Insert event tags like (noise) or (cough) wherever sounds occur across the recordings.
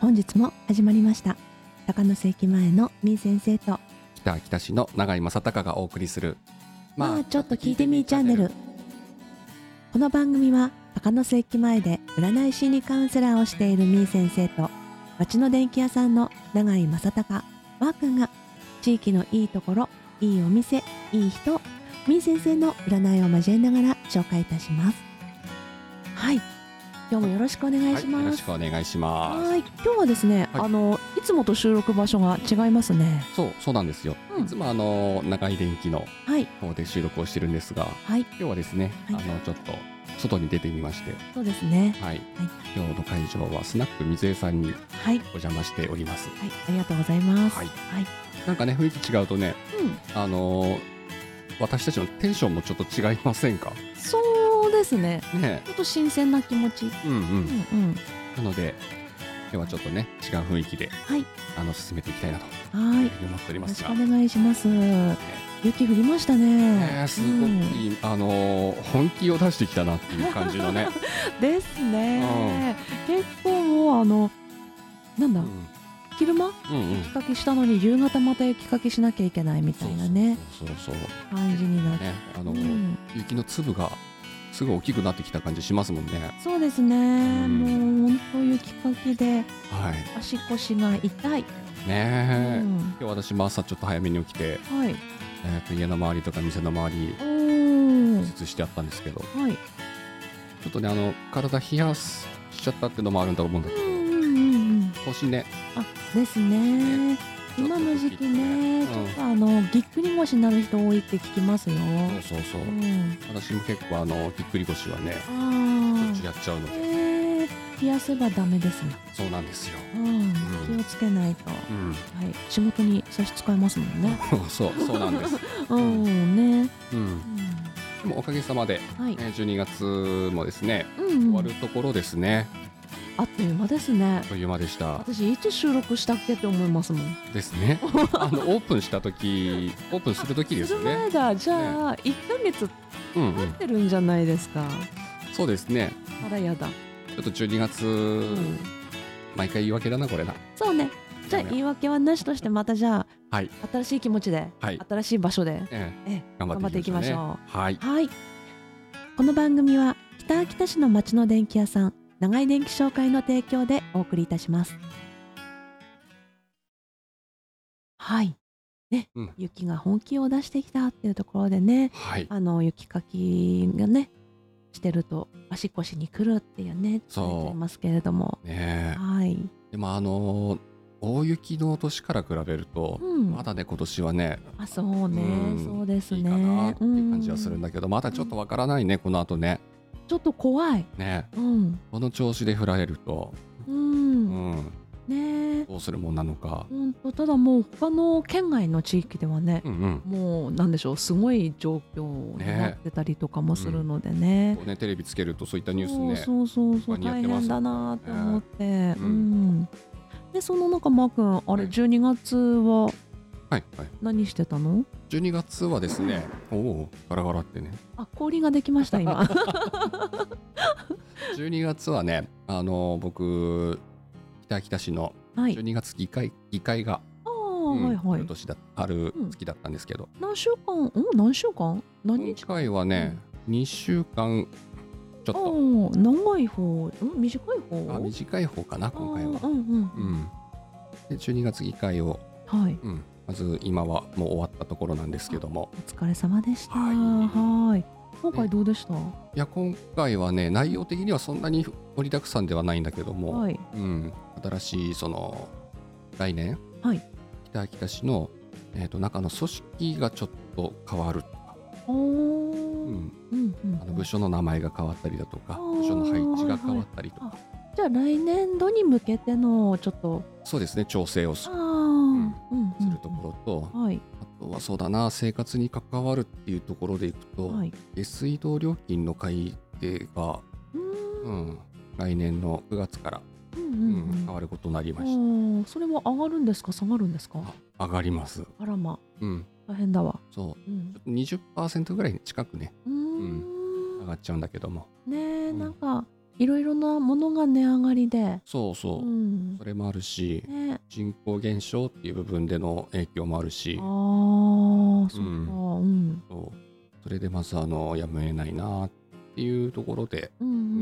本日も始まりました高野世紀前のみー先生と北秋田市の永井正隆がお送りするまあちょっと聞いてみーチャンネルこの番組は高野世紀前で占い心理カウンセラーをしているみー先生と町の電気屋さんの永井正隆マー君が地域のいいところいいお店いい人みー先生の占いを交えながら紹介いたしますはい今日もよろしくお願いしはい、よまろすしくお願いしますはい、今日はですね、はいあのいつもと収録場所が違いますね。そうそうなんですよ、うんいつもあの長い電気のはい、方で収録をしてるんですがはい、今日はですね、はいあのちょっと外に出てみまして、そうですね。はい今日の会場はスナック水江さんはにい、はい、お邪魔しておりますありがとうございます。ははいい、なんかね雰囲気違うとねうあの私たちのテンションもちょっと違いませんかん、そうですね。ねちょっと新鮮な気持ち。えうんうん、うん、うん、なので今日はちょっとね違う雰囲気で、いあの進めていきたいなとはい、いうよふうに思っておりまろしすくがお願いします。雪降りましたねね。えすごくうんいい、あのー本気を出してきたなっていう感じ (laughs) のね、ですね。結構もう、あの、なんうだ、ん、昼間、うんうん雪かきしたのに、夕方また雪かきしなきゃいけないみたいなね、そうそうそうそう感じになって。ねあうのー、ん雪の粒がすごい大きくなってきた感じしますもんねそうですね、んもう本当雪かきではい足腰が痛い、ねえ、うん、今日私も朝ちょっと早めに起きて、はいえーと家の周りとか店の周りおー除雪してあったんですけどちはいょっとねあの体冷やしちゃったっていうのもあるんだと思うんだけうどんうんうんうん更新ねあですね今の時期ね、うんちょっとあのぎっくり腰になる人多いって聞きますよ、うそうそうそう、ん、私も結構あのぎっくり腰はねちょあっとやっちゃうのあで、えー、冷やせばダメですね、そうなんですようん、うん気をつけないと、はうんい、仕事に差し支えますもんね (laughs) そうそうなんですうんね、うんでもおかげさまで、うん、はいえ、ー12月もですね、うんうん、終わるところですね、あっという間ですねあっ。という間でした。私いつ収録したっけって思いますもん。です (laughs) ね。あのオープンした時、オープンする時ですすよるね。前だ。じゃあ一ヶ月うんう経っん、てるんじゃないですか。そうですね。あらやだ。ちょっと12月、うん。毎回言い訳だなこれな。そうね。じゃあダメ言い訳はなしとしてまたじゃあ、はい新しい気持ちで、はい新しい場所で、ええええ、頑張っていきましょう、ね。頑張ってはい。はい。この番組は北秋田市の町の電気屋さん長井電気商会の提供でお送りいたします。はい。ね、うん雪が本気を出してきたっていうところでね、はい。あの雪かきがねしてると足腰にくるっていうねそう言われてますけれども、ねはい、え。でもあのー大雪の年から比べると、うん、まだね今年はね、あそうね、うんそうですいねいかなっていう感じはするんうんだけど、まだちょっとわからないねこの後ね。ちょっと怖い、ねえ、うん、この調子で振られると、う、うんん、ねどうするもんなのか。本当ただもう他の県外の地域ではねう、んうん。もうなんでしょうすごい状況になってたりとかもするのでね。こうね、テレビつけるとそういったニュースね。そうそうそうそう他大にやってます変だなと思って、うんうんでその中マー君あれはい12月ははいはい。何してたの12月はですね、おおガラガラってね。あ氷ができ (laughs) ました今12月はね、あの僕北秋田市のはい12月議会、議会が、ああ、うんはいはあるい年だあるうん月だったんですけど、何週間ん何週間何今日回はね、2週間ちょっああと、長い方ん短いあ方短い方かな今回はああ。うんうん、うん。で12月議会を、はいうん、まず今はもう終わったところなんですけども、お疲れ様でしたはいはい今回どうでした、いや今回はね内容的にはそんなに盛りだくさんではないんだけども、はいうん、新しいその来年、はい北秋田市の、えー、と中の組織がちょっと変わる、おーうんううん、んあの部署の名前が変わったりだとかあー部署の配置が変わったりとか、はいじゃあ来年度に向けてのちょっとそうですね調整をすああ、すうんうんうんるところと、はいあとはそうだな生活に関わるっていうところでいくと、はい下水道料金の改定が、うーうんん、来年の9月から、うんううんんうん変わることになりましああそれは上がるんですか下がるんですかた。あ上がります、あらまうん、大変だわそううん20%ぐらい近くねうーん上がっちゃうんだけども、ねえうんなんかいろいろなものが値上がりで、そうそうう、んそれもあるしね、人口減少っていう部分での影響もあるしあーそっか、うんそうそれでまずあのやめないなっていうところで、うんうんううん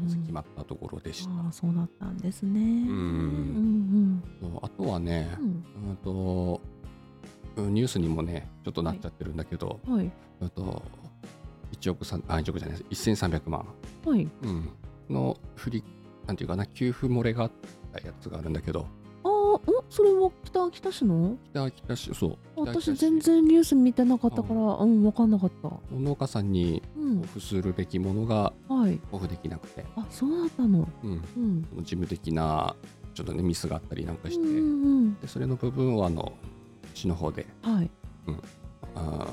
んまずうん決まったところでした、ああそうだったんですね。うんそうあとはねうん、うんうんとうんニュースにもねちょっとなっちゃってるんだけど、うんはいうんと1億3あ1億じゃないです1300万、はい。うん、の振りなんていうかな給付漏れがあったやつがあるんだけどああおそれは北秋田市の？北秋田市そう北秋田市私全然ニュース見てなかったから、うん分かんなかった。農家さんにうん交付するべきものがはい。交付できなくて、あそうだったの。うん、うん。その事務的なちょっとねミスがあったりなんかうしんて、うんでそれの部分をあの市の方でうんはい。あ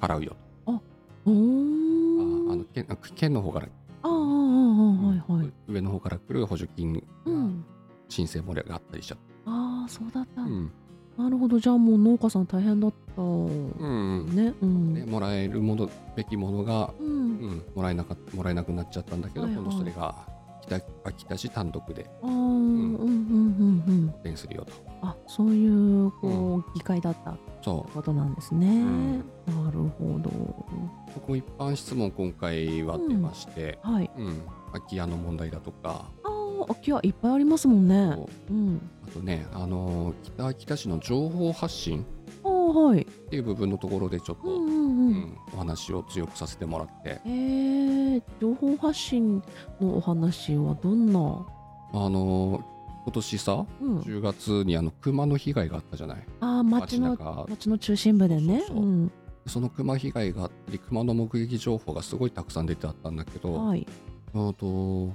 ー払うよおとあお。ーあの県県の方から、ああああああはいはい。上の方から来る補助金うがん。申請漏れがあったりしちゃって、ああそうだったうんだ。んなるほどじゃあもう農家さん大変だった。うんうんねうん。でもらえるものべきものが、う。うんん、もらえなかもらえなくなっちゃったんだけど、はいはい今度それが北秋田市単独でああうんうんうんうん。補填するよとあそういうこう議会だったってそことなんですね。んなるほど。うそこ一般質問今回は出まして、はい。うん空き家の問題だとか、ああ空き家いっぱいありますもんね。こううん。あとね、あのー北秋田市の情報発信ああはい。っていう部分のところでちょっと、うんうんうんうん。お話を強くさせてもらって、えー、情報発信のお話はどんな。あのー今年さ、うん。 10月にあの熊の被害があったじゃないああ街の中街の中心部でね。そうそううん。その熊被害があったり熊の目撃情報がすごいたくさん出てあったんだけど、はい。あと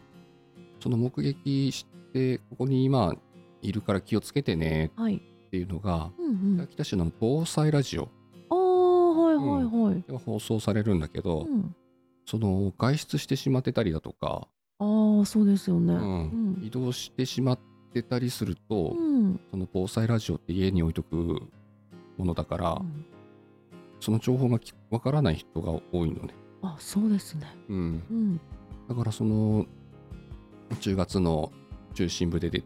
その目撃してここに今いるから気をつけてねはい。っていうのがうんうん。北あ秋田市の防災ラジオあはいはいはい。で放送されるんだけど、うん。その外出してしまってたりだとか、ああそうですよね。ううんん。移動してしまってたりするうと、ん。その防災ラジオって家に置いとくものだから、うんその情報がきわからない人が多いのね、あそうですね。うん、うん。だからその10月の中心部でで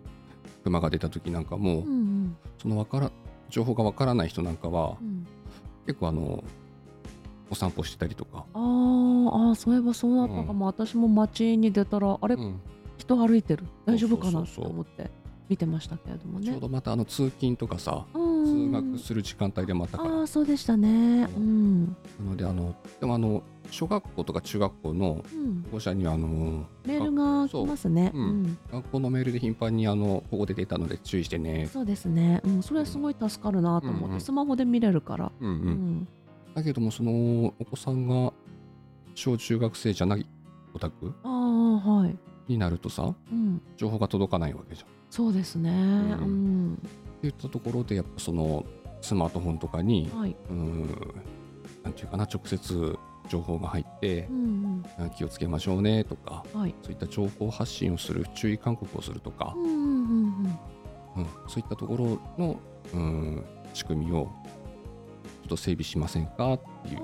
熊が出た時なんかうんうも、んそのわから情報がわからない人なんかは、うん。結構あのお散歩してたりとか、あーあーそういえばそうだったかも、私も街に出たらあれ、うん人歩いてる大丈夫かそなうとそうそうそう思って見てましたけれどもねちょうどまたあの通勤とかさ、うん通学する時間帯でまたあからあーそうでしたねう、そうんなのであのでもあの小学校とか中学校のうん保、護者にはあのメールが来ますね、そうううん学校のメールで頻繁にあのここで出たので注意してね。そうですね、うん、それはすごい助かるなと思って、うんうんスマホで見れるから、うんう、うんん、だけどもそのお子さんが小中学生じゃないオタクああはい、になるとさうん、情報が届かないわけじゃん。そうですねうん、っていったところでやっぱそのスマートフォンとかにはい、うーんなんていうかな直接情報が入ってう、んあ気をつけましょうねとかうん、はい、そういった情報発信をする注意勧告をするとかう、んうんうんうんうん、そういったところの、うん、仕組みをちょっと整備しませんかっていあーう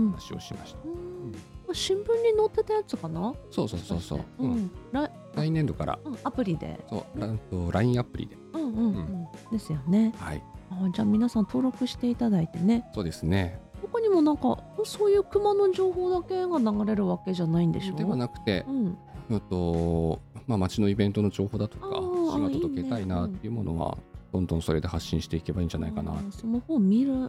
うん話をしました。うん新聞に載ってたやつかなそうそうそうそう。う、うんん、ら来年度からうんアプリでそうランと LINE アプリで、うんうんうん、ですよねはい、あじゃあ皆さん登録していただいてねそうですね。他にもなんかそういう熊の情報だけが流れるわけじゃないんでしょではなくてう、ん、うんとまあ町のイベントの情報だとかあー、市がいいね届けたいなっていうものはどんどんそれで発信していけばいいんじゃないかなあ。ーその本見るもんう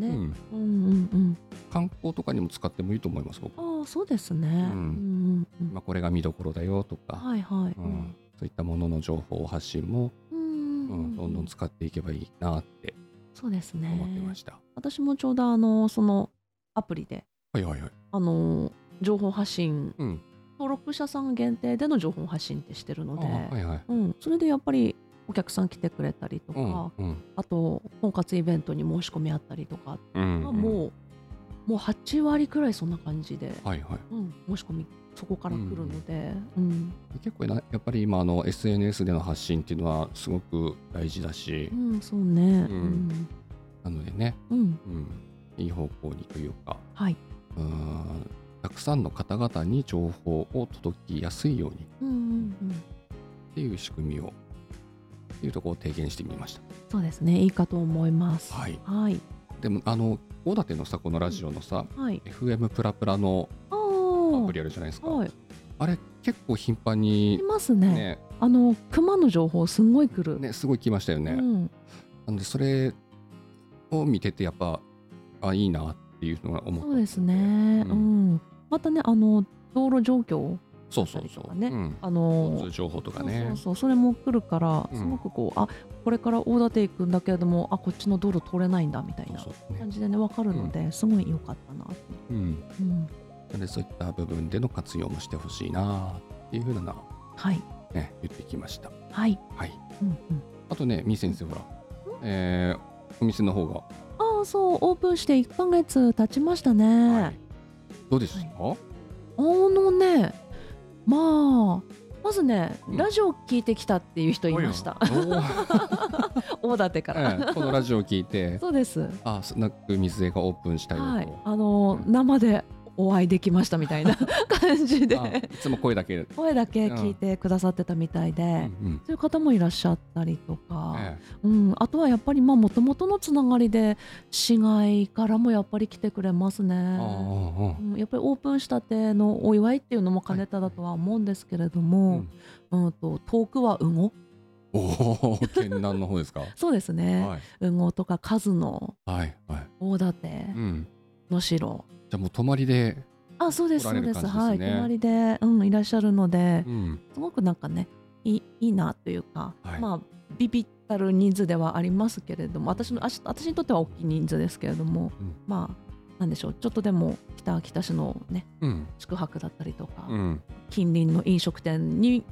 ね、ん、うん、うんうん観光とかにも使ってもいいと思います。僕ああそうですね、うんんうんうんまあこれが見どころだよとか、はいはい、うんそういったものの情報発信も、うんうんどんどん使っていけばいいなってそうです思ってねました。私もちょうどあのそのアプリではいはいはい。あの情報発信うん。登録者さん限定での情報発信ってしてるあので、はいはい。うん、それでやっぱりお客さん来てくれたりとか、うんうんあと婚活イベントに申し込みあったりとか、うん。まあもうもう8割くらいそんな感じで、はいはい。うん、申し込みそこから来るので、うん結構なやっぱり今あの SNS での発信っていうのはすごく大事だしう、んそうね、ううんんなのでね、うんうん、いい方向にというかはい、うーんたくさんの方々に情報を届きやすいようにうんうんうんっていう仕組みをっていうところを提言してみましそうですねいいかと思いますた。はい、はいでもあの大館のさこのラジオのさ、はい FM プラプラのあアあプリあるじゃないですか、はいあれ結構頻繁いにますねねあの熊の情報すごい来るねすごい来ましたよね。うん、なのでそれを見ててやっぱあいいなっていうのが思ったそうですね、ううんんまたねあの道路状況そうそうそう、ねうん、あの交通情報とかねそうそうそうそれも来るからうんすごくこう、あこれから大館行くんだけれどもあこっちの道路通れないんだみたいなそうそうね感じでね分かるので、すごい良かったなって、うん、うん、なのでそういった部分での活用もしてほしいなっていうふうなのははいね言ってきましたはい、はいうんうん、あとねみー先生ほら、えーお店の方が、ああそうオープンして1ヶ月経ちましたね、はいどうでした、あのねまあまずね、うんラジオ聞いてきたっていう人いましたおー (laughs) 大館から、ええこのラジオを聞いてそうですあスナック水江がオープンしたよと、はい、あのー生でお会いできましたみたいな (laughs) 感じであいつも声だけ、声だけ聞いてくださってたみたいで、うんそういう方もいらっしゃったりとうんか、えうん、あとはやっぱりまあもともとのつながりで市外からもやっぱり来てくれますえあね。あうん、やっぱりオープンしたてのお祝いっていうのも兼ねただとは思うんですけれども、うんと遠くは羽毛おおー県南の方ですかはそうですいね、羽毛とか数のはいはい、大館うん、の城じゃあもう泊まりで、あそうです来そらうれでるす感じですねはい隣で、うん、いらっしゃるのでうん、すごくなんかねいいいいなというか、はいまあビビったる人数ではありますけれども私のあし私にとっては大きい人数ですけれども、うんまあなんでしょうちょっとでも北秋田市のねうん宿泊だったりとか、うん、近隣の飲食店に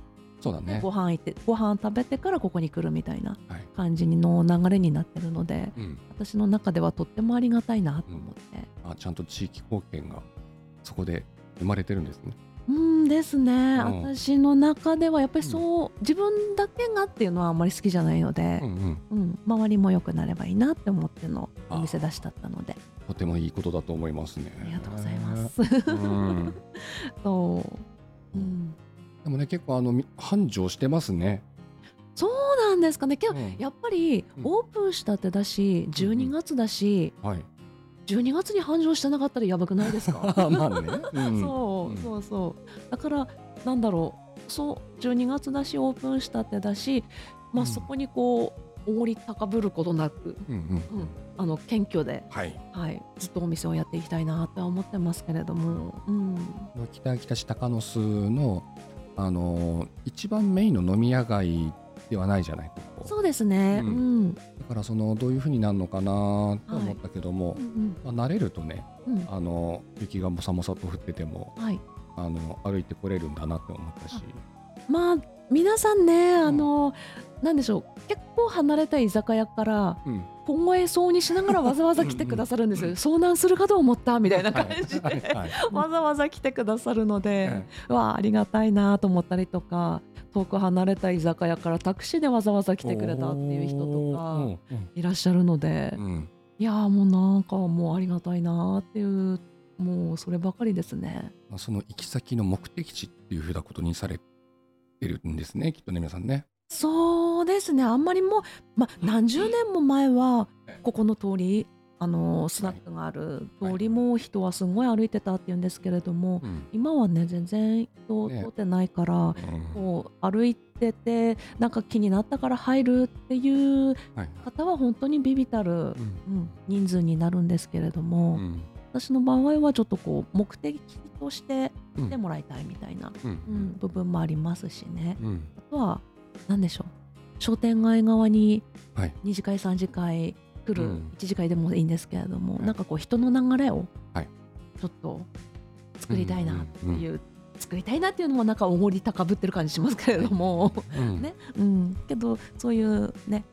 そうだねご飯行って、ご飯食べてからここに来るみたいなはい感じの流れになってるのでうん、私の中ではとってもありがたいなと思って。あちゃんと地域貢献がそこで生まれてるんですね。うんですね、うん私の中ではやっぱりそう、自分だけがっていうのはあんまり好きじゃないので、うんうん、うん、周りも良くなればいいなって思ってのお店出しだったのでとてもいいことだと思いますね。ありがとうございま。す。うん、 (laughs) そう、うん、でもね結構あのみ繁盛してますね。そうなんですかねけど、うんやっぱりうんオープンしたてだし12月だし、はい。 12月に繁盛してなかったらやばくないです (laughs) か、まあね。うん、そううんそうそうだからなんだろうそう12月だしオープンしたてだし、まうあ、んそこにこうおごり高ぶることなくうんうんうん。あの謙虚で、はい。はい、ずっとお店をやっていきたいなって思ってますけれども、うん、北秋田市鷹の巣のあの一番メインの飲み屋街ではないじゃないここ。そうですね。ううんん。うんだからそのどういうふうになるのかなと思ったけども、うんまあ、慣れるとねうんあの雪がもさもさと降っててもはい。あの歩いてこれるんだなって思ったし。まあ皆さんね、あの、なんでしょう、結構離れた居酒屋からうん凍えそうにしなが (laughs) らわざわざ来てくださるんですよ。遭難するかと思ったみたいな感じはい (laughs) で。はいわざわざ来てくださるのでえ、わあありがたいなと思ったりとか遠く離れた居酒屋からタクシーでわざわざ来てくれたっていう人とかおーいらっしゃるのでうんうんいやーもうなんかもうありがたいなっていうもうそればかりですね。まあその行き先の目的地っていうふうなことにされてるんですねきっとね皆さんね。そうですねあんまりもう、まあ、何十年も前はここの通りあのスナックがあるはい通りも人はすごい歩いてたっていうんですけれどもうん今はね全然人ね通ってないからうんこう歩いててなんか気になったから入るっていうはい方は本当にビビたるう、んうん、人数になるんですけれども、うん私の場合はちょっとこう目的としてうん来てもらいたいみたいな、ううんん部分もありますしね。うんあとは何でしょう商店街側にはい2次会3次会来うるん1次会でもいいんですけれども、はいなんかこう人の流れをはいちょっと作りたいなっていう、うんうん作りたいなっていうのもなんかおごり高ぶってる感じしますけれども、うんね、うん、けどそういうね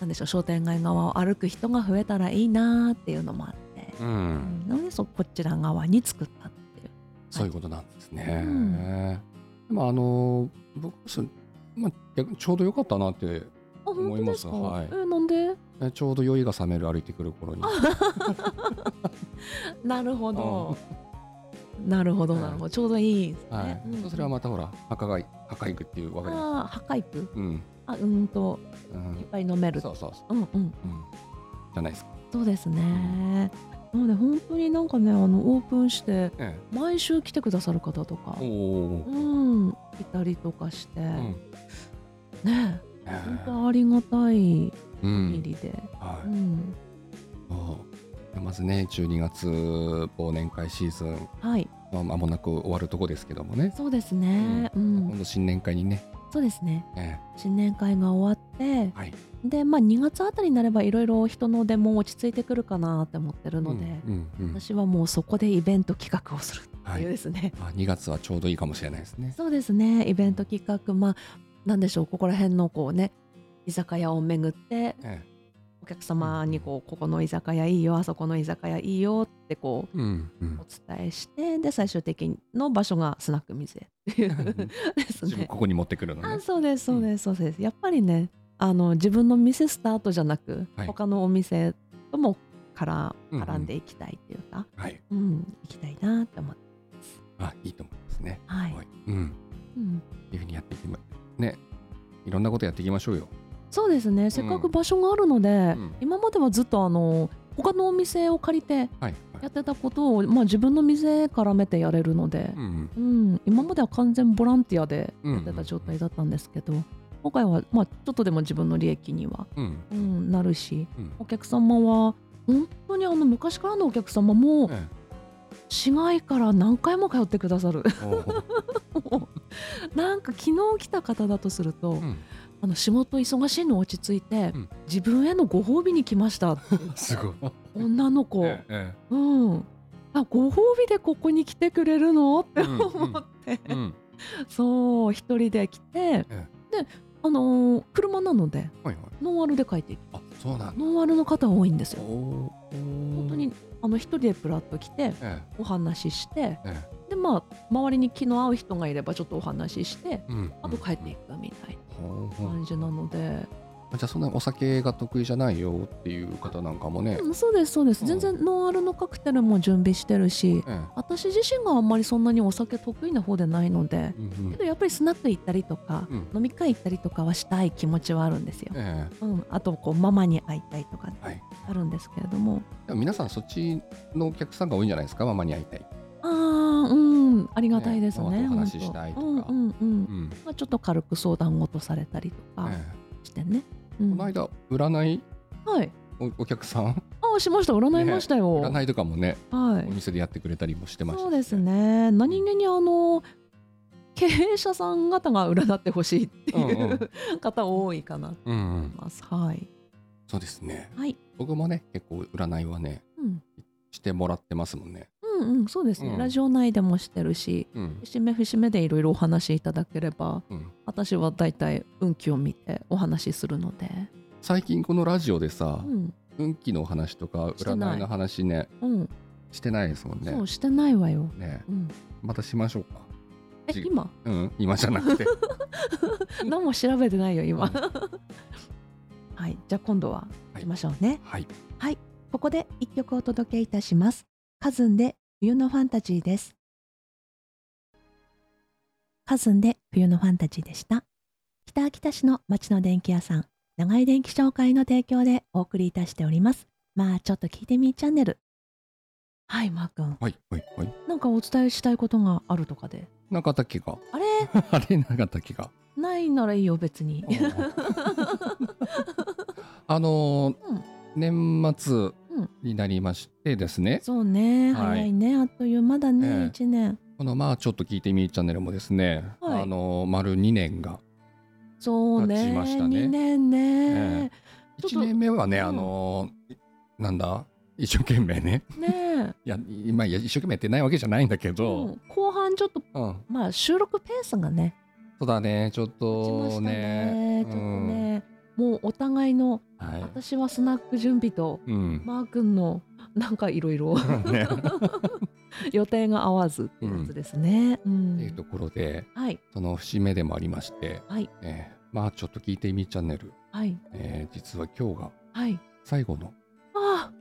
なんでしょう商店街側を歩く人が増えたらいいなっていうのもあって、ううんん、なのでそうこちら側に作ったっていう。そういうことなんですうね。でもあの僕そうまあ逆にちょうど良かったなっあて本当ですか、思いますえなんでえちょうど酔いが覚める歩いてくる頃になるほど。なるほどうんなるほど、ちょうどいいですね、はいうんそれはまたほら墓が墓行くっていうわけでああ破壊プうん、あうーんとういっん、ぱい飲めるそうそうそううんうんう、ん、じゃないですか、そうですね、なので本当になんかねあのオープンしてえ毎週来てくださる方とかえ、おお、うんいたりとかして、うんねええ本当ありがたいうん限りで、はいうんそうでまずね12月忘年会シーズン、はいまあ、間もなく終わるとこですけどもね、そうですねうん、今度新年会にね、そうですねえ新年会が終わってえはいでまあ2月あたりになればいろいろ人の出も落ち着いてくるかなって思ってるので、うんうんうん私はもうそこでイベント企画をするっはていうい、ですね、あ2月はちょうどいいかもしれないですねそうですねイベント企画まあなんでしょうここら辺のこうね居酒屋を巡ってえお客様にこうここの居酒屋いいよあそこの居酒屋いいよってこえうんううんお伝えしてで最終的の場所がスナック水江っていう (laughs) です (laughs) 自分ね。ここに持ってくるのあねそうですそうですそうです、やっぱりねあの自分の店スタートじゃなく、はい他のお店ともからうんうん絡んでいきたいっていうか、はいうん行きたいなって思ってあいいと思いますねはい、はい、うんうん、っていうふうにやっていきまねいろんなことやっていきましょうよそうですねせっかく場所があるので、ん今まではずっとあの他のお店を借りてはいはやいってたことを、まあ、自分の店絡めてやれるので、うんうん、今までは完全ボランティアでうんやってた状態だったんですけど、今回は、まあ、ちょっとでも自分の利益には、うんうん、なるしうんお客様は本当にあの昔からのお客様もえ市外から何回も通ってくださる (laughs) えおーもうなんか昨日来た方だとすると、 (laughs) うんあの仕事忙しいの落ち着いて、うん自分へのご褒美に来ま (laughs) したっていうすごい女の子、ええうん、あご褒美でここに来てくれるのってうんうん思って、ええうんそう一人で来て、えであのー車なのではいはいノンアルで帰っていくあそうなんだノンアルの方多いんですよおー本当にあの一人でプラッと来てえお話ししてええでまあ周りに気の合う人がいればちょっとお話ししてえうんあと帰っていくみたいほうほなう感じなので、じゃあそんなお酒が得意じゃないよっていう方なんかもね、うん、そうですそうですうん全然ノンアルのカクテルも準備してるしえ私自身があんまりそんなにお酒得意な方でないのでえうんうんけどやっぱりスナック行ったりとか、うん飲み会行ったりとかはしたい気持ちはあるんですよ、えうん、あとこうママに会いたいとかねえはい、あるんですけれどもでも皆さんそっちのお客さんが多いんじゃないですかママに会いたい、あーうんありがたいですねねママとお話し本当したいとかうんうんうんうんまあ、ちょっと軽く相談事されたりとかえしてね、うえんこの間占いはいおお客さんあしました占いましたよ、占いとかもねはおい店でやってくれたりもしてましたしそうですね何気にあの経営者さん方が占ってほしいっていううん方多いかなとうんう思いんますはいそうですねはい、僕もね結構占いはねうん、してもらってますもんねうんうんそうですね、うんラジオ内でもしてるしうん節目節目でいろいろお話しいただければうん私は大体運気を見てお話しするので最近このラジオでさ、うん運気の話とかしてない占いの話ねうん、してないですもんねそうしてないわよ、ねうん、またしましょうかえじ (laughs) 今うん今じゃな (laughs) くて何も調べてないよ今、うん (laughs) はいじゃあ今度は行きましょうね、はいここで一曲お届けいたしますカズンで冬のファンタジーですカズンで冬のファンタジーでした北秋田市の町の電気屋さん長井電気商会の提供でお送りいたしておりますまあちょっと聞いてみーチャンネルはいマー君はいはいはいなんかお伝えしたいことがあるとかで中田家が (laughs) あれあれ中田家がないならいいよ別に (laughs) あのーうん年末になりましてですね、 (laughs) そうね、はい早いねあっという間だええね一、年この「まあちょっと聞いてみーチャンネル」もですね、はいあのー丸2年がそうね経ちましたね2年ね、ちょっと1年目はね、うんあのーなんだ一生懸命ね (laughs) ねえ、いや今いや一生懸命やってないわけじゃないんだけうど、ん後半ちょっとうんまあ収録ペースがねそうだねちょっ落ちましとたねねちょっとね、もうお互いのうんはい私はスナック準備とうん、マー君のなんかいろいろ (laughs) (laughs) ね予定が合わずってやつですね、うんっていうところではいその節目でもありまして、はいえーまあちょっと聞いてみーチャンネル、はいえー実は今日がはい最後のああ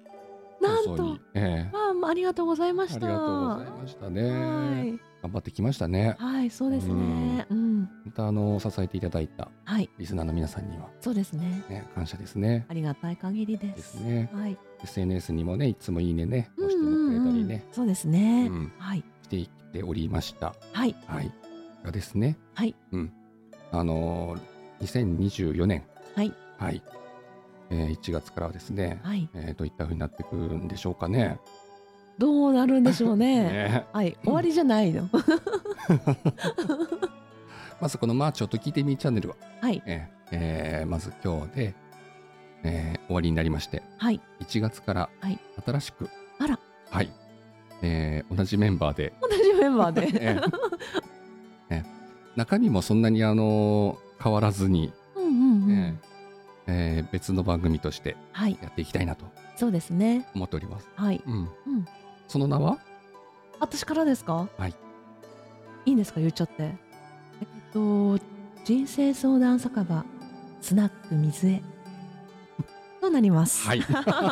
なん放送とに、えーまあんもありがとうございまあしりた。がとうございましたね。はい、頑張ってきましたね。はい、そうですね。うん、またあの支えていただいたはい、リスナーの皆さんにはそうですね。ね感謝ですね。ありがたい限りでですす。ね。はい、 SNS にもねいつもいいねねうん押してもくれたりうんねう、んそうですうね。ん、はい、してきておりました。はい、はい。がですね。はい。うん。あのー、2024年。はい。はい。えー、1月からはですね、はい、えー、どういった風になってくるんでしょうかね。どうなるんでしょうね。 (laughs) ねはい、終わりじゃないの。まずこの「まあちょっと聞いてみ」チャンネルは、はい、えーえーまず今日で、えー終わりになりましてはい、 1月からはい新しく、あら、はいえー同じメンバーで、同じメンバー (laughs) で。 (laughs) えーえー中身もそんなにあのー変わらずに、うん、うん、うん、えーえー別の番組としてはい、やっていきたいなとそうですね。思っております。はい、うんうんその名は私からですか。はい。いいんですか、言っちゃって。えっと、人生相談酒場、スナック水江。となります。はい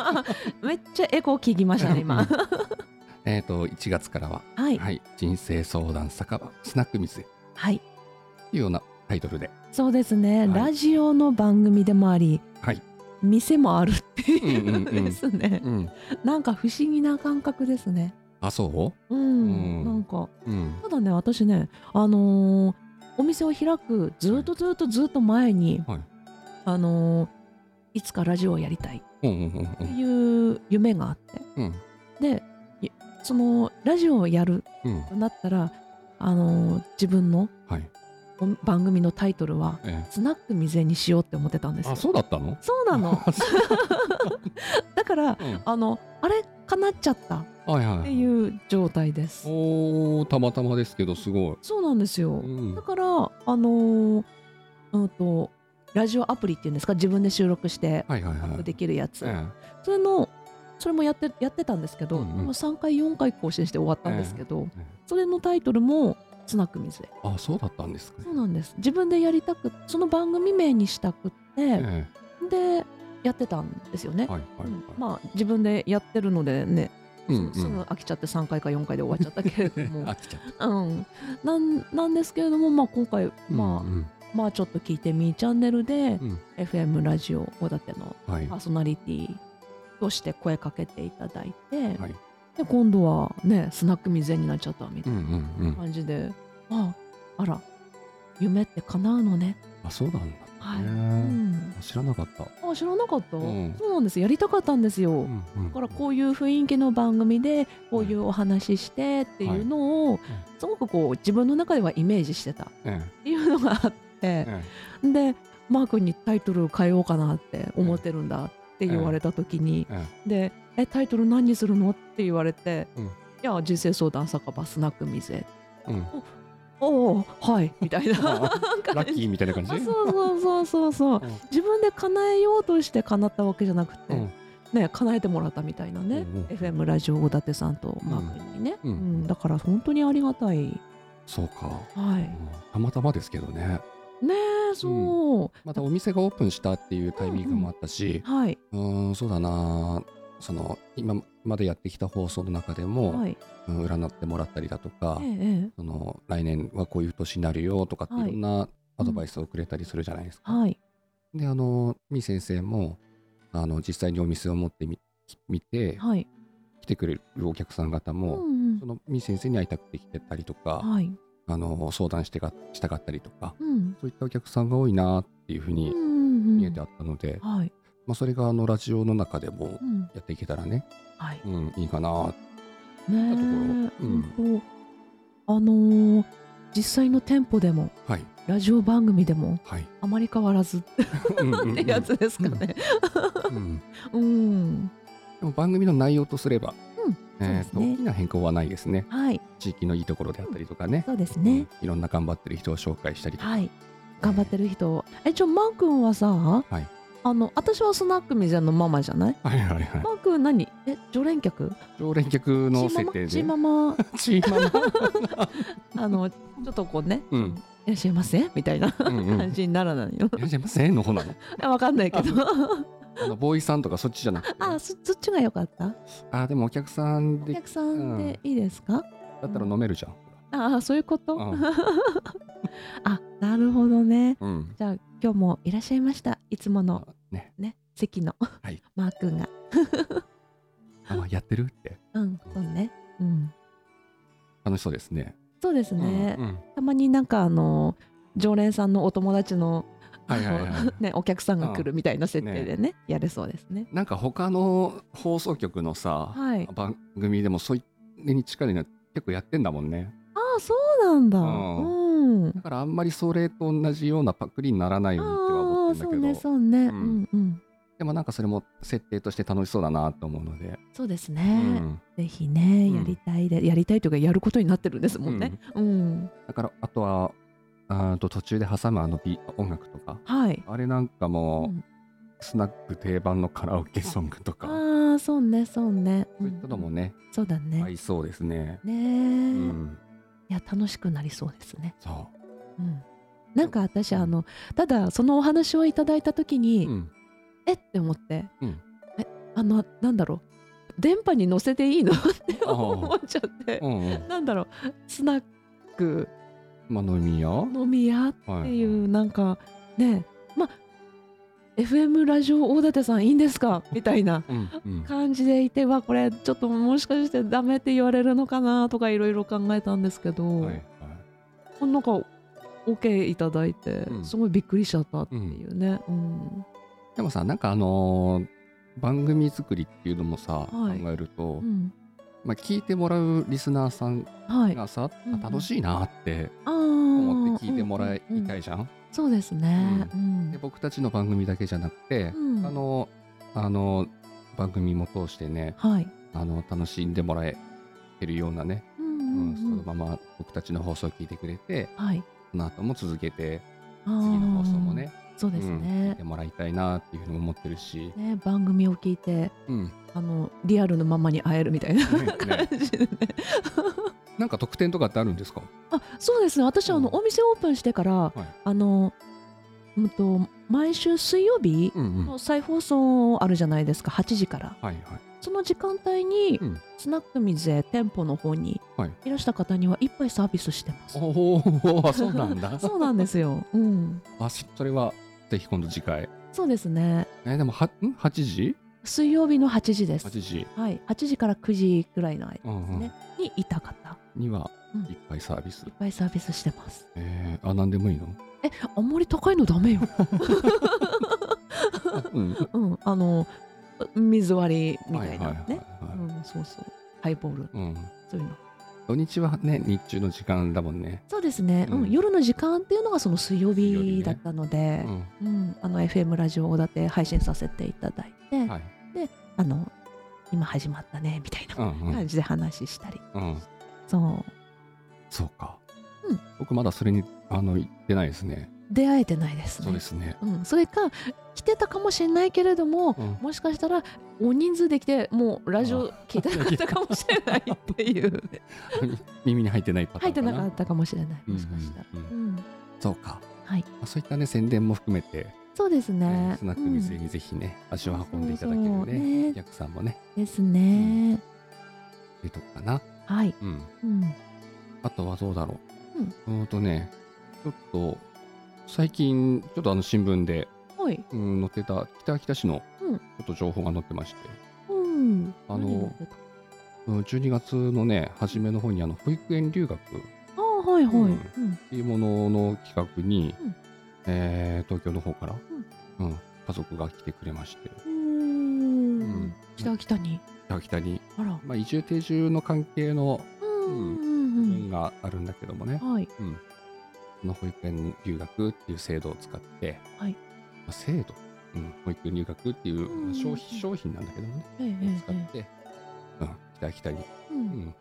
(laughs) めっちゃエコー聞きましたね、今。えーと1月からは、はい、はい、人生相談酒場スナック水とはい、いうようなタイト (laughs) ルで、そうですね、はいラジオの番組でもあり、はい店もあるっていうんうんううんですね。うん、なんか不思議な感覚ですね。あそううん、うんなんかうん、ただね、私ね、あのーお店を開くずっとずっとずっと前に、はいあのーいつかラジオをやりたいうんうんうってんいう夢があって、うんで、いそのラジオをやるうんうんとなったら、あのー自分のはい、お番組のタイトルはえスナック水江にしようって思ってたんでえすよ。あそうだったのそうなのだから (laughs) うんあのあれ叶っちゃったっはいはい、ていう状態ですおーたまたまですけどすごい、そうなんですようんだ、からあのーうんとラジオアプリっていうんですか自分で収録してはいはいアはップいできるやつえそれのそれもやってやってたんですけど、うんうもんう3回4回更新して終わったんですけど、ええそれのタイトルも「スナック水江えあそうだったんですか」そうなんです自分でやりたくその番組名にしたくって、えでやってたんですよねえ、はいはいはい、うんまあ自分でやってるのでね、うんす (laughs) すぐ飽きちゃって3回か4回で終わっちゃったけれどうん、も (laughs) 飽、きちゃった、うん、なんなんですけれども、まあ、今回、まあうんまあちょっと聞いてみーチャンネルで、うん FM ラジオ小館のうんはいパーソナリティとして声かけていただいて、はいで今度はねスナック未然になっちゃったみうたいんなうんうん感じで、ああら夢って叶うのね、あそうなんだ、はいねうん、あ知らなかった、あ知らなかった、うんそうなんですやりたかったんですよ、うんうん、だからこういう雰囲気の番組でこういうお話ししてっていうのをすごくこう自分の中ではイメージしてたっえていうのがあっえてえでマー君にタイトル変えようかなって思ってるんだって言われた時にええで「えタイトル何にするの?」って言われてう「んいや人生相談酒場スナック水えうん、」おおはい」みたいなあラ感ッキじーみたいな感 (laughs) じあそうそうそうそうそううん自分で叶えようとして叶ったわけじゃなくて。うんね叶えてもらったみたいなね、うんうん FM ラジオ大館さんとマー君にね、うんうんだから本当にありがたいそうか、はういんたまたまですけどねねえそう、またお店がオープンしたっていうタイミングもあったし、はいうーん、そうだな。その今までやってきた放送の中でも、はいうん占ってもらったりだとか、ええええその来年はこういう年になるよとかっていはいろんなアドバイスをくれたりするじゃないですか。はいで、あの、みー先生もあの実際にお店を持ってみ見て、はい来てくれるお客さん方うも、んそのみー先生に会いたくて来てたりとうか、んはいあの相談してがしたかったりとか、うんそういったお客さんが多いなっていうふううんにうん見えてあったので、はいまあ、それがあのラジオの中でもうんやっていけたらね、はいうん、いいかなねえところうん本当あのー実際の店舗でもはいラジオ番組でもはい。あまり変わらずっうんてやつですかねうんうんうんでうん、も番組の内容とすれば、うんえーとそうですね大きな変更はないですね。はい地域のいいところであったりとかね、そうですね、うんいろんな頑張ってる人を紹介したりとか、はい。頑張ってる人。え、じゃあ、マー君はさ、いあの、私はスナックみじゃのママじゃないはいはいはい。マー君何え、常連客常連客の設定で、チーママ、チ (laughs) チーママ、ーママ、あの、ちょっとこうね、うんいらっしゃいませみたいなうんうん感じにならないよ。 (laughs) いらっしゃいませの方なの。わかんないけど。あのボーイさんとかそっちじゃなくてあそそっちが良かったあでもお客さんおでだ客さんでいいですか、ったら飲めるじゃんああそういうこと、うん (laughs) あなるほどねうんじゃあ今日もいらっしゃいましたいつものねね席の、い (laughs) マー君があまあやってるってうんそうねうん楽しそうですねそうですね、うんうんたまになんかあの常連さんのお友達のはいはいはいあの (laughs) ね、お客さんが来るみたいな設定でねやれそうですねなんか他の放送局のさ、はい番組でもそういうに近いの結構やってんだもんねああそうなんだううんん、だからあんまりそれと同じようなパクリにならないようにってはあ思あってそんだうけねど、そうね、ううんん、うんでもなんかそれも設定として楽しそうだなと思うので、そうですうね、んぜひねうんやりたいで、やりたいというかやることになってるんですもんねうん、だからあとはあーと途中で挟むあのビ音楽とかはいあれなんかも、うんスナック定番のカラオケソングとかああそうねそうねそういったのもうんね、そうだね、合いそうですね。ねえ、うん、いや楽しくなりそうですね、そうん、なんか私うんあのただそのお話をいただいた時う、に、うん、えって思って、うんえあのなんだろう電波に乗せていいの (laughs) って (laughs) ああ思っちゃってう、んうん、なんだろうスナックまあ飲み屋は飲み屋っいていう、なんかねまあ FM ラジオ大館さんいいんですかみたいなうんうん、感じでいてわこれちょっともしかしてダメって言われるのかなとかいろいろ考えたんですけど、はいはい、なんか OK いただいて、うんすごいびっくりしちゃったっていうね、うんでもさなんかあのー番組作りっていうのもさ、はい考えると、うんまあ、聞いてもらうリスナーさんはいがさ、うんうんあ楽しいなって思思って聞いてもらいたいじゃん。そうですね。うんで僕たちの番組だけじゃなくて、うんあのあの番組も通してねはい。あの楽しんでもらえてるようなね、ううんんそのまま僕たちの放送を聞いてくれてはい。その後も続けて次次の放送も。ねそうですうん聞いねて。もらいたいなっていうふうに思ってるし、ね番組を聞いて (laughs) うんあのリアルのままに会えるみたいなね感じでね。なんか特典とかってあるんですかあそうですね。私あうのんお店オープンしてからいあのうんと毎週水曜日うんうんの再放送あるじゃないですか。8時から。はいはい。その時間帯にうんスナック水へ店舗の方にはいいらした方には一杯サービスしてます。おお、そうなんだ。そうなんですよ。うん。 (laughs) あ、しそれはぜひ今度次回。そうですね。えでもはん八時？水曜日の8時です。八時。はい、8時から9時ぐらいの間うんうねん。にいた方、にはうんいっぱいサービス。いっぱいサービスしてます。えー、あ、なんでもいいの？え、あんまり高いのダメよ。 (laughs) うん。うん、あの、水割りみたいなははね。はういん、そうそう。ハイボール、うん。そういうの。土日はね日中の時間だもんね。そうですね、うんうん夜の時間っていうのがその水曜水曜日ね日だったので、うん。うん、あの FM ラジオ大館配信させていただいて、はい。あの、今始まったねみたいなうんうん感じで話したり、うん。そう。そうか。うん僕まだそれにあの行ってないですね。出会えてないですね。そうですね。うん、それか来てたかもしれないけれどもうん。もしかしたら大人数で来てもうラジオ聞いてなかったかもしれないって (laughs) いう耳に入ってないパター入ンってかな。なかったかもしれないうんもうんしかしたら、う。うんん、そうか。はいまあそういったね宣伝も含めて。そうですねねスナックうん水にぜひね、足を運んでいただけるそうそうねねお客さんもねですね、出とこかな、はい、うん、うん、あとはどうだろううんとねちょっと最近ちょっとあの新聞で、はいうん、載ってた北秋田市のちうょんっと情報が載ってまして、うんあの何乗ってたうん、12月のね初めの方にあの保育園留学っあーはいはい、ううんんていうものの企画に、うんえー東京の方から、うん家族が来てくれまして、うんうん、北北に北秋田に、あらまあ、移住定住の関係のうんんうん部うん分があるんだけどもね、はいこの保育園留学っていう制度を使って、はいまあ制度、うん、保育園留学っていう、うんまあ商品商品なんだけどもね、えええ使えっえて、うん、北秋田に、えううんん、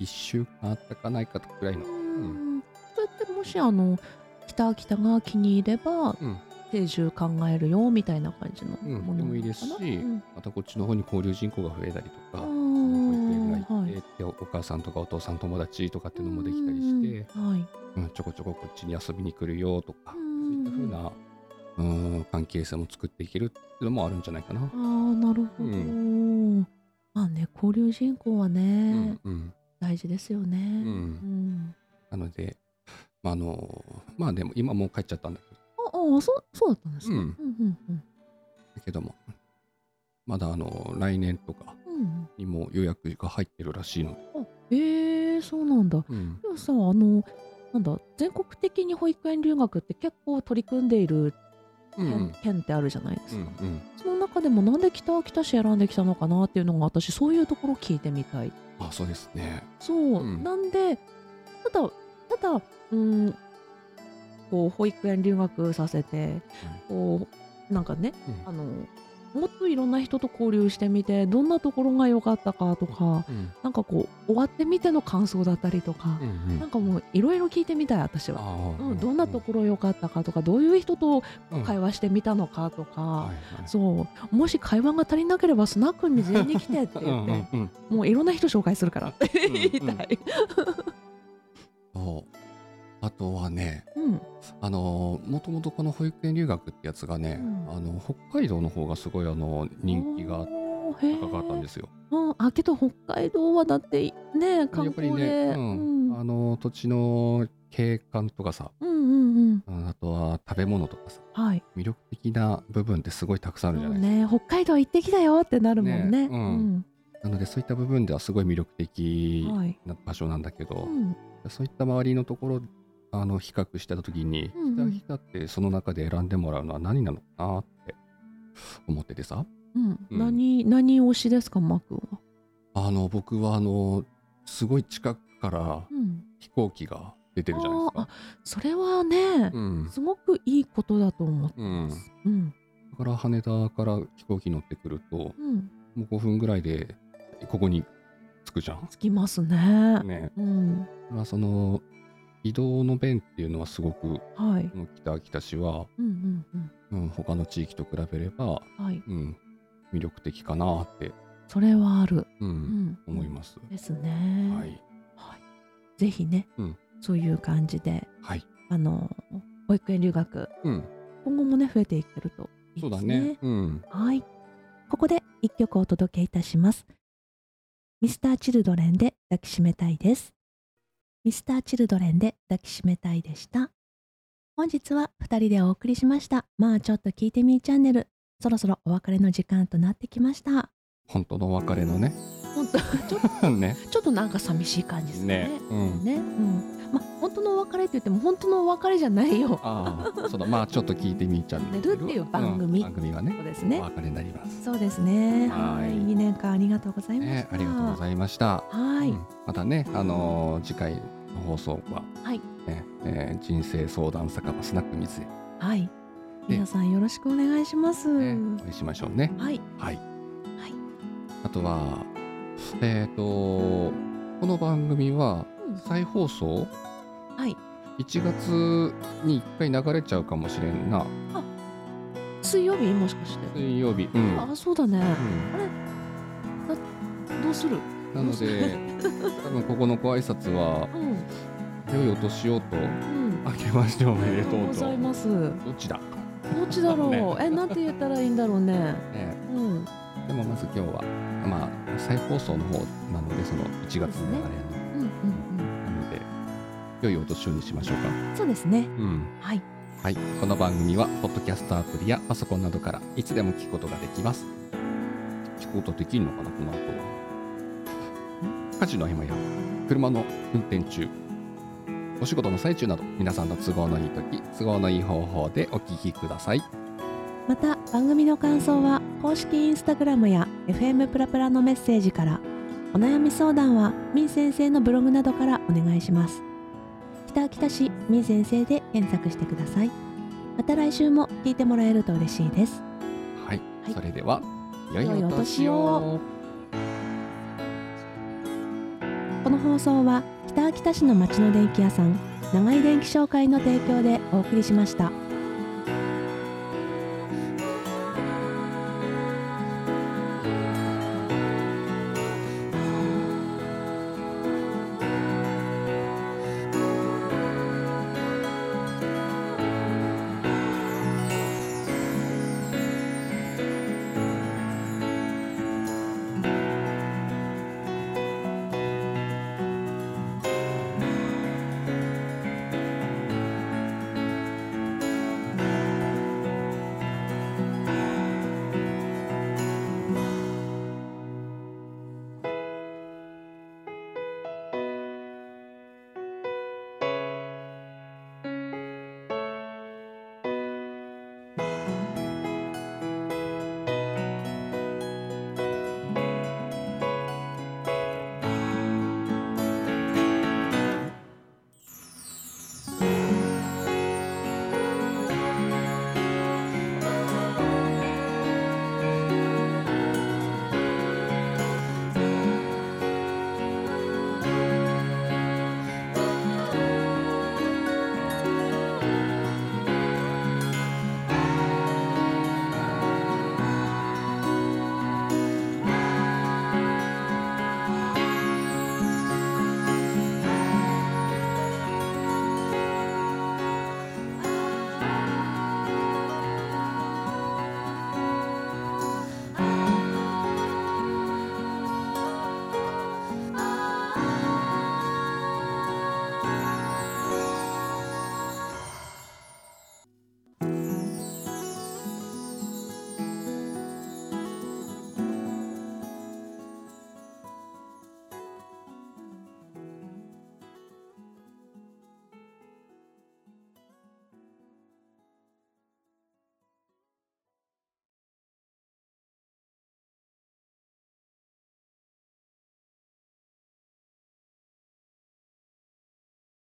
1週間あったかないかくらいの、うんそれってもしあの北秋田が気に入ればうん定住考えるよみたいな感じのうんものなのかなでもいいですしうんまたこっちの方に交流人口が増えたりとか、あその保育園がー行っはいて、でお母さんとかお父さん友達とかっていうのもできたりして、うんはいうんちょこちょここっちに遊びに来るよとか、そういった風なうん関係性も作っていけるっていうのもあるんじゃないかなあ。ーなるほど、うまあね交流人口はね、うんうん大事ですよね、うんなので、まあ、あのまあでも今もう帰っちゃったんだけどああそうそうだったんですね、ううんんうんだけどもまだあの来年とかうんうんにも予約が入ってるらしいので、あえー、そうなんだうんでもさあのなんだ全国的に保育園留学って結構取り組んでいるうん県,、うん県ってあるじゃないでうすんか、うん、その中でもなんで北秋田市選んできたのかなっていうのが私そういうところ聞いてみたいあそうですね。そう、うんなんでただただうんこう保育園留学させてこうなんかねうんあのもっといろんな人と交流してみてどんなところが良かったかとかうんなんかこう終わってみての感想だったりとかう、んうんなんかもういろいろ聞いてみたい私は、あーうん、どんなところ良かったかとかどういう人とうん会話してみたのかとか、はいはいそうもし会話が足りなければスナックに全員に来てってう言っんうんてうんもういろんな人紹介するからってん言いたい。そうあとはねうんあのもともとこの保育園留学ってやつがね、うん。あの北海道の方がすごいあの人気が高かったんですすよ。うん、あけど北海道はだってね観やっぱり光で、ね、ううんん、あの土地の景観とかさうんうんうんうんあとは食べ物とかさはい。魅力的な部分ってすごいたくさんあるじゃもうないですか、ね北海道行ってきたよってなるもんね。ねなのでそういった部分ではすごい魅力的うん、はい。な場所なんだけうど、んそういった周りのところあの比較してた時にうんう北ん秋田ってその中で選んでもらうのは何なのかなって思っててさうん、うん何何推しですかマー君は。あの僕はあのすごい近くからうん。飛行機が出てるじゃないですあーあか。それはね、うん、すごくいいことだと思ってうん、まだす。うんから羽田から飛行機乗ってくるとうんもう5分ぐらいでここに着くじゃん。つきますね。ねうんまあ、その移動の便っていうのはすごくはい。この北秋田市は、うんうんうん、他の地域と比べれば、うんはい。うん、魅力的かなって、それはある。うんうん。思います。す。ですね。はい、はい。ぜひね、うんそういう感じではいあの保育園留学うん、今後もね増えていけるといいそうでだすねね。うん、はい。ここで一曲お届けいたします。ミスターチルドレンで抱きしめたいです。ミスターチルドレンで抱きしめたいでした。本日は2人でお送りしました。まあちょっと聞いてみーチャンネル。そろそろお別れの時間となってきました。本当のお別れのね (laughs) 本当ちょっねとちょっとなんか寂しい感じですね。ね、うん、ね、うん。まあ本当のお別れって言っても本当のお別れじゃないよ。ああそうだまあちょっと聞いてみーちゃんねるっていう番組ん番組はねそうですねお別れになります。 (laughs) そうですね。は。はいい2年間ありがとうございました。ね、ありがとうございました。はい。うんまたね、あのー次回の放送は、はいねえー人生相談酒場スナック水で、はい。皆さんよろしくお願いします。ねお会いしましょうね。はい。はい。はいあとは、えっ、と、この番組は再放送はい。 1月に1回流れちゃうかもしれんな。水曜日もしかして。水曜日。うん。あ、そうだね。うんどうする？なので、多分ここのご挨 (laughs) 拶は、うん。良いお年をと、うん。明けましておめでありとがうごと。ざいどます。どっちだ、っちだろう。ねえ、なんて言ったらいいんだろうね。ねうん。でもまず今日は、まあ、再放送の方なので、その1月の流れうんうんうん。なので、良いお年をにしましょうか。そうですね。うん。はい。はい、この番組はポッドキャストアプリやパソコンなどからいつでも聞くことができます。聞くことできるのかなこの後は。家事の合間や車の運転中、お仕事の最中など皆さんの都合のいい時、都合のいい方法でお聞きください。また番組の感想は公式インスタグラムや FM プラプラのメッセージからお悩み相談はみー先生のブログなどからお願いします北秋田市みー先生で検索してくださいまた来週も聞いてもらえると嬉しいですはい、はいそれでは良い良いおお年年をを。この放送は北秋田市の町の電気屋さん長井電気商会の提供でお送りしました